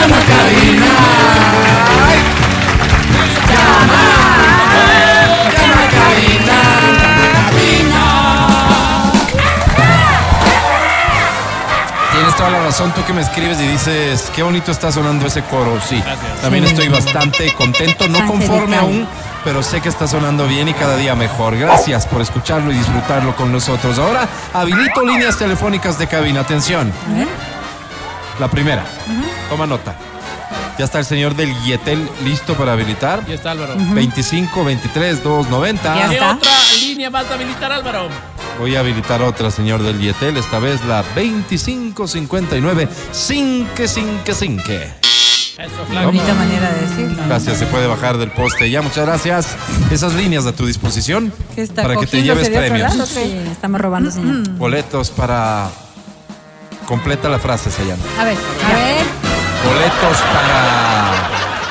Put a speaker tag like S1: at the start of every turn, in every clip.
S1: cabina. Llama, llama a cabina,
S2: Tienes toda la razón, tú que me escribes y dices, qué bonito está sonando ese coro. Sí, también estoy bastante contento, no conforme aún, pero sé que está sonando bien y cada día mejor. Gracias por escucharlo y disfrutarlo con nosotros. Ahora habilito líneas telefónicas de cabina. Atención. La primera. Toma nota. Ya está el señor del Yetel listo para habilitar.
S3: Ya está Álvaro.
S2: 25, 23, 290.
S3: ¿Qué
S4: está.
S3: otra línea vas a habilitar, Álvaro?
S2: Voy a habilitar otra, señor del Yetel, esta vez la 2559 cinque cinque cinque.
S3: Eso,
S4: Qué
S3: Flavio.
S4: bonita manera de decirlo. ¿no?
S2: Gracias, se puede bajar del poste ya, muchas gracias. Esas líneas a tu disposición
S4: ¿Qué está
S2: para que te
S4: cogiendo?
S2: lleves
S4: ¿Se dio otro
S2: premios.
S4: lado?
S5: Sí, estamos robando, señor.
S2: Boletos para... Completa la frase, se llama.
S4: A ver,
S5: A ver.
S2: Boletos para...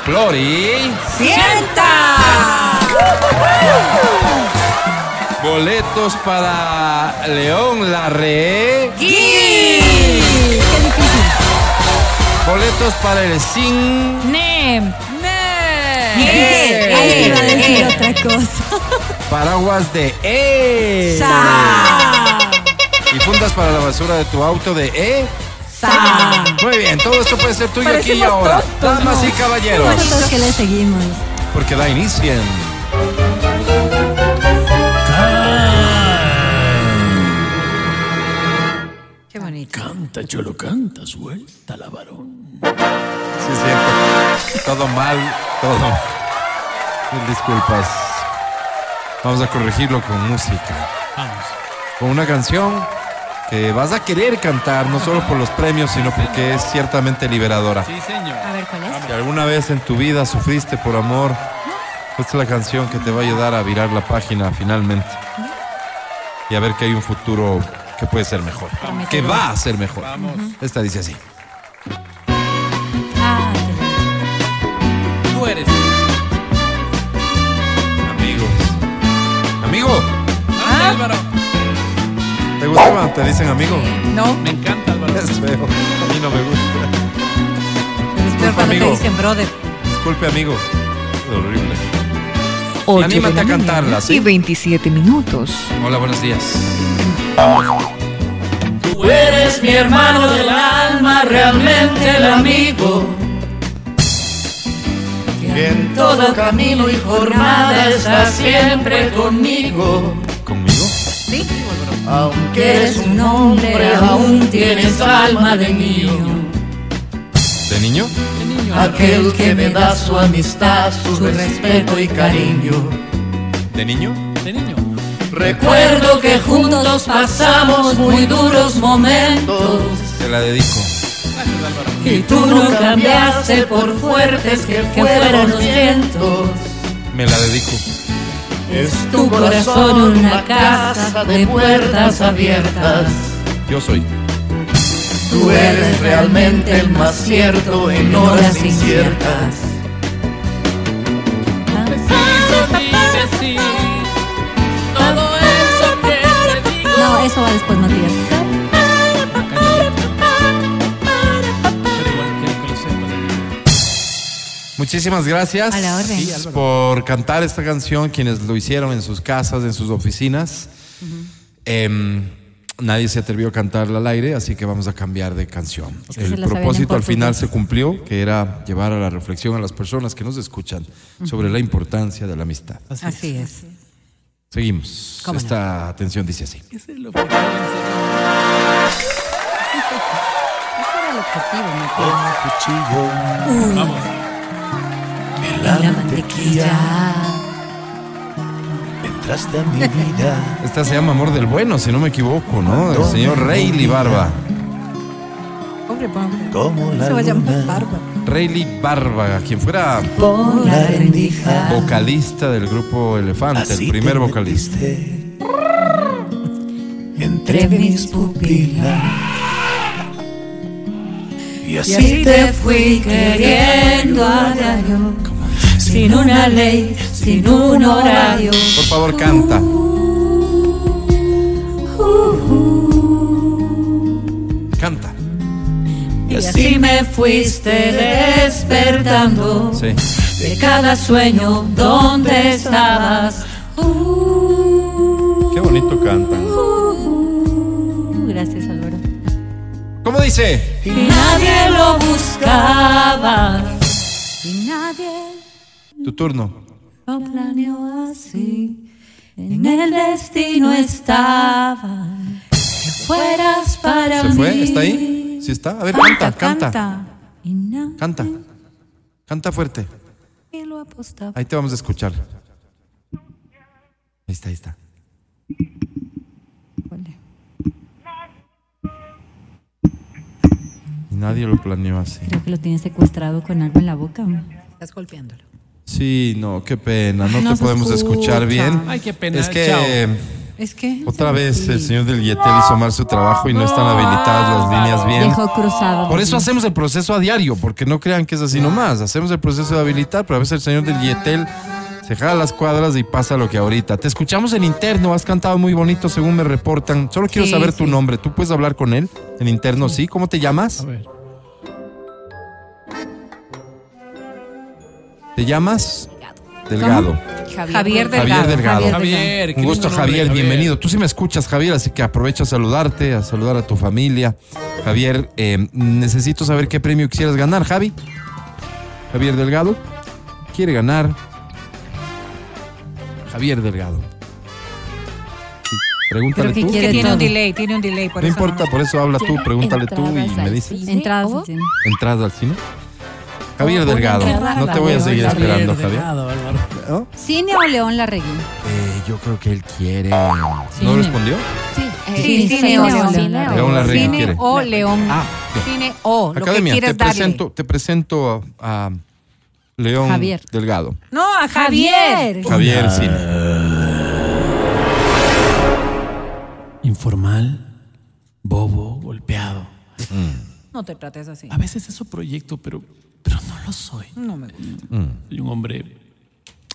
S2: Flori.
S4: ¡Sienta!
S2: Boletos para León Larre.
S4: ¡Gui!
S5: Qué difícil.
S2: Boletos para el Sin...
S5: Nem.
S4: ¡Eh!
S5: Ay, te iba a decir
S4: ¡Eh!
S5: otra cosa.
S2: Paraguas de E.
S4: ¡Sa!
S2: Y fundas para la basura de tu auto de E.
S4: ¡Sa!
S2: Muy bien, todo esto puede ser tuyo aquí y
S4: Ah. Parecemos
S2: ahora.
S4: tontos,
S2: Damas y
S5: Bueno,
S2: caballeros,
S5: todos que le seguimos.
S2: porque da inicio en
S4: ¡Qué bonito!
S3: Canta, cholo, canta, suelta la varón.
S2: Sí, siento. Todo mal, todo. Mil disculpas. Vamos a corregirlo con música.
S3: Vamos.
S2: Con una canción que vas a querer cantar, no solo por los premios, sino porque es ciertamente liberadora.
S3: Sí, señor.
S5: A ver, ¿cuál es?
S2: Si alguna vez en tu vida sufriste por amor, esta es la canción que te va a ayudar a virar la página finalmente. Y a ver que hay un futuro que puede ser mejor. Que va a ser mejor. Esta dice así.
S5: Ah, qué
S3: Tú eres.
S2: Amigos. Amigo, Ah,
S3: Anda,
S4: Ah,
S3: Álvaro.
S2: ¿te gusta cuando te dicen amigo?
S4: No,
S3: Me encanta, Álvaro.
S2: Es feo. A mí no me gusta.
S4: pero es peor cuando te
S2: amigo.
S4: dicen brother.
S2: Disculpe, amigo. Es horrible. Anímate a cantarla,
S6: y
S2: ¿sí?
S6: 27 minutos.
S2: Hola, buenos días.
S3: Tú eres mi hermano del alma, realmente el amigo.
S2: Bien.
S3: Todo camino y jornada está siempre conmigo.
S2: ¿Conmigo?
S3: Que eres un hombre, aún tienes alma de niño.
S2: ¿De niño?
S3: Aquel que me da su amistad, su respeto y cariño.
S2: ¿De niño?
S3: Recuerdo que juntos pasamos muy duros momentos
S2: Te la dedico.
S3: y tú no cambiaste por fuertes que fueron los vientos.
S2: Me la dedico.
S3: Tu corazón una casa de puertas abiertas.
S2: Yo soy.
S3: Tú eres realmente el más cierto en horas inciertas. todo eso que te digo.
S5: lindo. No, eso va después, Matías.
S2: Muchísimas gracias
S5: A la orden.
S2: Sí, Álvaro. por cantar esta canción, quienes lo hicieron en sus casas, en sus oficinas. Em, nadie se atrevió a cantarla al aire, así que vamos a cambiar de canción.
S5: se
S2: El
S5: la sabían en
S2: propósito al final
S5: portugués.
S2: se cumplió, que era llevar a la reflexión a las personas que nos escuchan sobre la importancia de la amistad.
S4: Así es.
S2: Seguimos.
S4: Cómo no.
S2: Esta atención dice así.
S4: Ese era el objetivo, Matías.
S7: La mantequilla. Entraste a mi vida.
S2: Esta se llama Amor del Bueno, si no me equivoco, ¿no? El señor Rayleigh Barba.
S4: Pobre, pobre.
S7: Como la
S4: Se va a llamar
S7: luna.
S4: Barba.
S2: Rayleigh Barba, quien fuera
S7: Por la rendija.
S5: Ah.
S2: vocalista del grupo Elefante,
S3: Ah,
S7: Así
S2: el primer
S7: te
S2: vocalista.
S7: metiste Entre mis pupilas. Y así te
S4: fui queriendo a diario, sin una ley, sin un horario.
S2: Por favor, canta.
S4: Uh,
S2: Canta.
S4: Y así me fuiste despertando
S2: Sí.
S4: de cada sueño donde estabas.
S2: Qué bonito canta.
S4: uh,
S5: Uh, gracias, Álvaro.
S2: ¿Cómo dice?
S4: Y nadie lo buscaba.
S5: Y nadie
S2: Tu turno.
S5: lo planeó así. En el destino estaba. Que fueras para
S2: ¿Se
S5: mí.
S2: fue? ¿Está ahí? Sí está. A ver, canta, canta.
S5: Y nadie
S2: Canta. Canta fuerte.
S5: lo apostaba.
S2: Ahí te vamos a escuchar. Ahí está, ahí está. Y nadie lo planeó así.
S5: Creo que lo tiene secuestrado con algo en la boca.
S6: Estás golpeándolo.
S2: Sí, no, qué pena. No,
S5: No
S2: te
S5: se
S2: podemos escuchar
S5: escucha.
S2: bien.
S8: Ay, qué pena,
S2: Es que
S8: chao.
S2: eh,
S6: Es que.
S2: otra vez el señor del Yetel hizo mal su trabajo y no están habilitadas las líneas bien.
S5: Dejó cruzado.
S2: Por eso hacemos el proceso a diario, porque no crean que es así nomás. Hacemos el proceso de habilitar, pero a veces el señor del Yetel se jala las cuadras y pasa lo que ahorita. Te escuchamos en interno, has cantado muy bonito según me reportan. Solo quiero
S6: Sí,
S2: saber tu
S6: sí.
S2: nombre. ¿Tú puedes hablar con él en interno? Sí. ¿Cómo te
S8: A
S2: llamas?
S8: ver.
S2: ¿Te llamas? Delgado.
S6: Javier
S2: Javier
S6: Delgado.
S2: Delgado.
S5: Javier.
S8: Javier. qué
S2: Un gusto,
S8: lindo nombre,
S2: Javier. Bienvenido. Tú sí me escuchas, Javier, así que aprovecho a saludarte, a saludar a tu familia. Javier, eh, necesito saber qué premio quisieras ganar, Javi. Javier Delgado. Quiere ganar. Javier Delgado. Sí, Pregúntale
S5: Creo que
S2: tú.
S5: quiere-
S6: Que tiene un
S5: todo.
S6: delay, tiene un delay. Por
S2: No
S6: eso
S2: importa, por eso habla tú, pregúntale tú y
S5: Entradas
S2: me
S5: al
S2: dices.
S5: cine Entradas
S4: o-
S5: al cine.
S2: ¿Entradas al cine? Javier
S5: O una
S2: Delgado.
S5: entrada
S2: No
S5: a
S2: te voy a
S5: León
S2: seguir
S5: Larregui.
S2: esperando, Javier.
S8: Delgado, Álvaro.
S2: ¿No?
S5: ¿Cine o León Larregui?
S2: Eh, yo creo que él quiere. ¿No respondió?
S5: Sí,
S6: Sí, cine o León.
S2: León Larregui
S6: Cine
S2: quiere.
S6: o León.
S2: Ah, bien.
S6: Cine o lo que
S2: Academia, te
S6: quieres darle.
S2: presento, te presento a, a León
S5: Javier.
S2: Delgado.
S6: No, a Javier.
S2: Javier Cine.
S8: Informal, bobo, golpeado.
S6: No te trates así.
S8: A veces eso proyecto, pero, pero no lo soy.
S6: No me gusta.
S8: Soy un hombre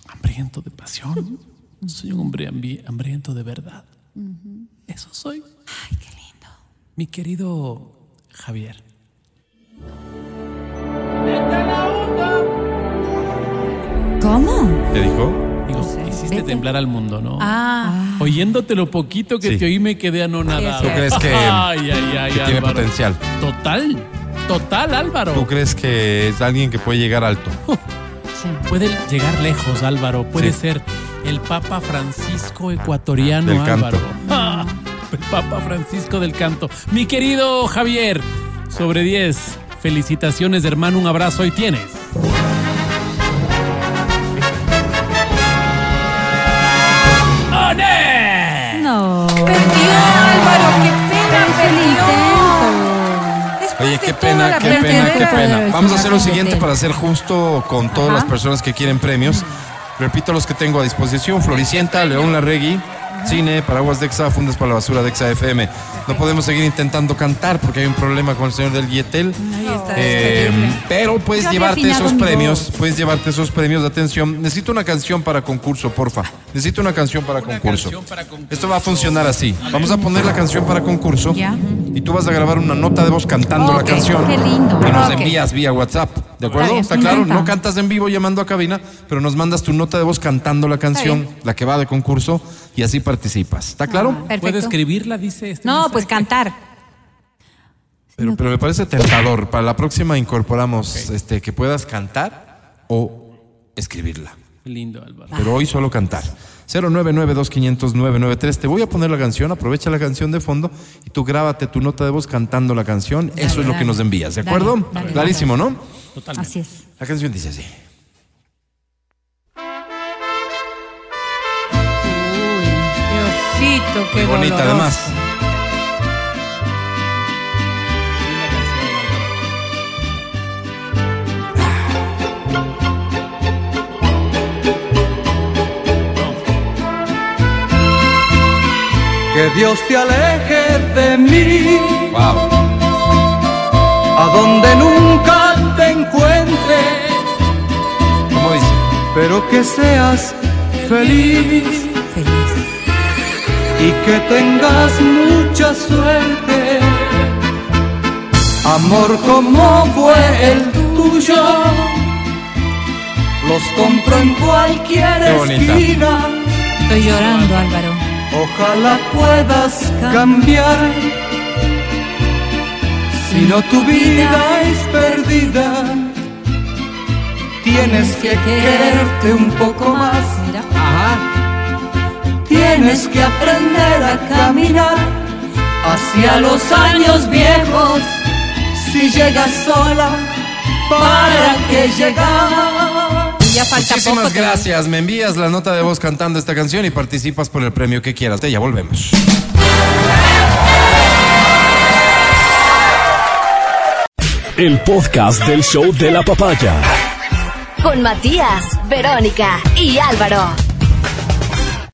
S8: hambriento de pasión. Soy un hombre hambi- hambriento de verdad. Eso soy. Ay, qué lindo. Mi querido Javier.
S5: ¿Cómo?
S2: ¿Te dijo?
S8: Digo, hiciste temblar al mundo, ¿no?
S6: Ah,
S8: Oyéndote lo poquito que
S2: Sí.
S8: te oí me quedé anonadado.
S6: Sí, es ¿Tú
S2: crees que-
S8: ay, ay, ay,
S2: que tiene
S8: Álvaro. Oh.
S2: potencial?
S8: Total, total, Álvaro.
S2: ¿Tú crees que es alguien que puede llegar alto?
S8: Puede llegar lejos, Álvaro. Puede
S2: Sí.
S8: ser el Papa Francisco ecuatoriano,
S2: Del canto.
S8: Álvaro. Ah, el Papa Francisco del Canto. Mi querido Javier, sobre 10. Felicitaciones, hermano. Un abrazo y tienes. ¡One!
S5: No.
S6: perdió, Álvaro. Qué pena, perdió. Después
S2: Oye,
S6: de
S2: qué
S6: toda
S2: pena,
S6: la
S2: qué pena, qué
S6: perdedera.
S2: pena. Vamos a hacer lo siguiente
S5: Ajá.
S2: para ser justo con todas las personas que quieren premios. Repito los que tengo a disposición: Floricienta, León Larregui, Cine, Paraguas Dexa, Fundas para la Basura Dexa FM. No podemos seguir intentando cantar porque hay un problema con el señor del Guietel.
S6: Ahí está,
S2: Eh,
S6: terrible.
S2: pero puedes
S5: Yo había
S2: llevarte
S5: afinado
S2: esos
S5: mi
S2: premios, puedes llevarte esos premios. Atención, necesito una canción para concurso, porfa. Necesito una canción para concurso.
S8: canción para concurso.
S2: Esto va a funcionar así. Vamos a poner la canción para concurso
S6: Ya.
S2: y tú vas a grabar una nota de voz cantando
S6: Ok,
S2: la canción.
S5: qué lindo.
S2: Y nos
S6: Ok.
S2: envías vía WhatsApp, ¿de acuerdo?
S6: bien,
S2: Está,
S6: me
S2: claro,
S6: encanta.
S2: no cantas en vivo llamando a cabina, pero nos mandas tu nota de voz cantando la canción, la que va de concurso y así participas. ¿Está claro?
S6: Ah,
S8: ¿Puedo
S6: Perfecto.
S8: escribirla? Dice este.
S6: No,
S8: mensaje?
S6: pues cantar.
S2: Pero, pero me parece tentador. Para la próxima incorporamos este, que puedas cantar o escribirla.
S8: Qué lindo, Álvaro.
S5: Ah.
S2: Pero hoy solo cantar. 099-2500-993. Te voy a poner la canción, aprovecha la canción de fondo y tú grábate tu nota de voz cantando la canción. Eso es lo que
S5: dale.
S2: nos envías, ¿de
S5: Dale,
S2: acuerdo?
S5: dale.
S2: Clarísimo, ¿no?
S8: Totalmente.
S5: Así es.
S2: La canción dice así.
S6: Diosito, qué
S2: Muy bonita
S6: doloroso.
S2: además.
S8: Linda canción, Álvaro.
S1: Que Dios te aleje de mí,
S2: Wow.
S1: a donde nunca te encuentre,
S2: ¿Cómo dice?
S1: pero que seas feliz
S5: Feliz.
S1: y que tengas mucha suerte. Amor como fue el tuyo, los compro en cualquier
S2: Qué bonita.
S1: esquina.
S4: Estoy llorando, Álvaro.
S1: Ojalá puedas cambiar. Si no tu vida es perdida, tienes que quererte un poco más.
S4: Mira.
S1: Tienes que aprender a caminar hacia los años viejos. Si llegas sola, ¿para que llegar?
S6: Ya falta
S2: Muchísimas
S6: poco. te vas.
S2: gracias. Me envías la nota de voz cantando esta canción y participas por el premio que quieras. Ya volvemos.
S9: El podcast del show de la papaya.
S10: Con Matías, Verónica y Álvaro.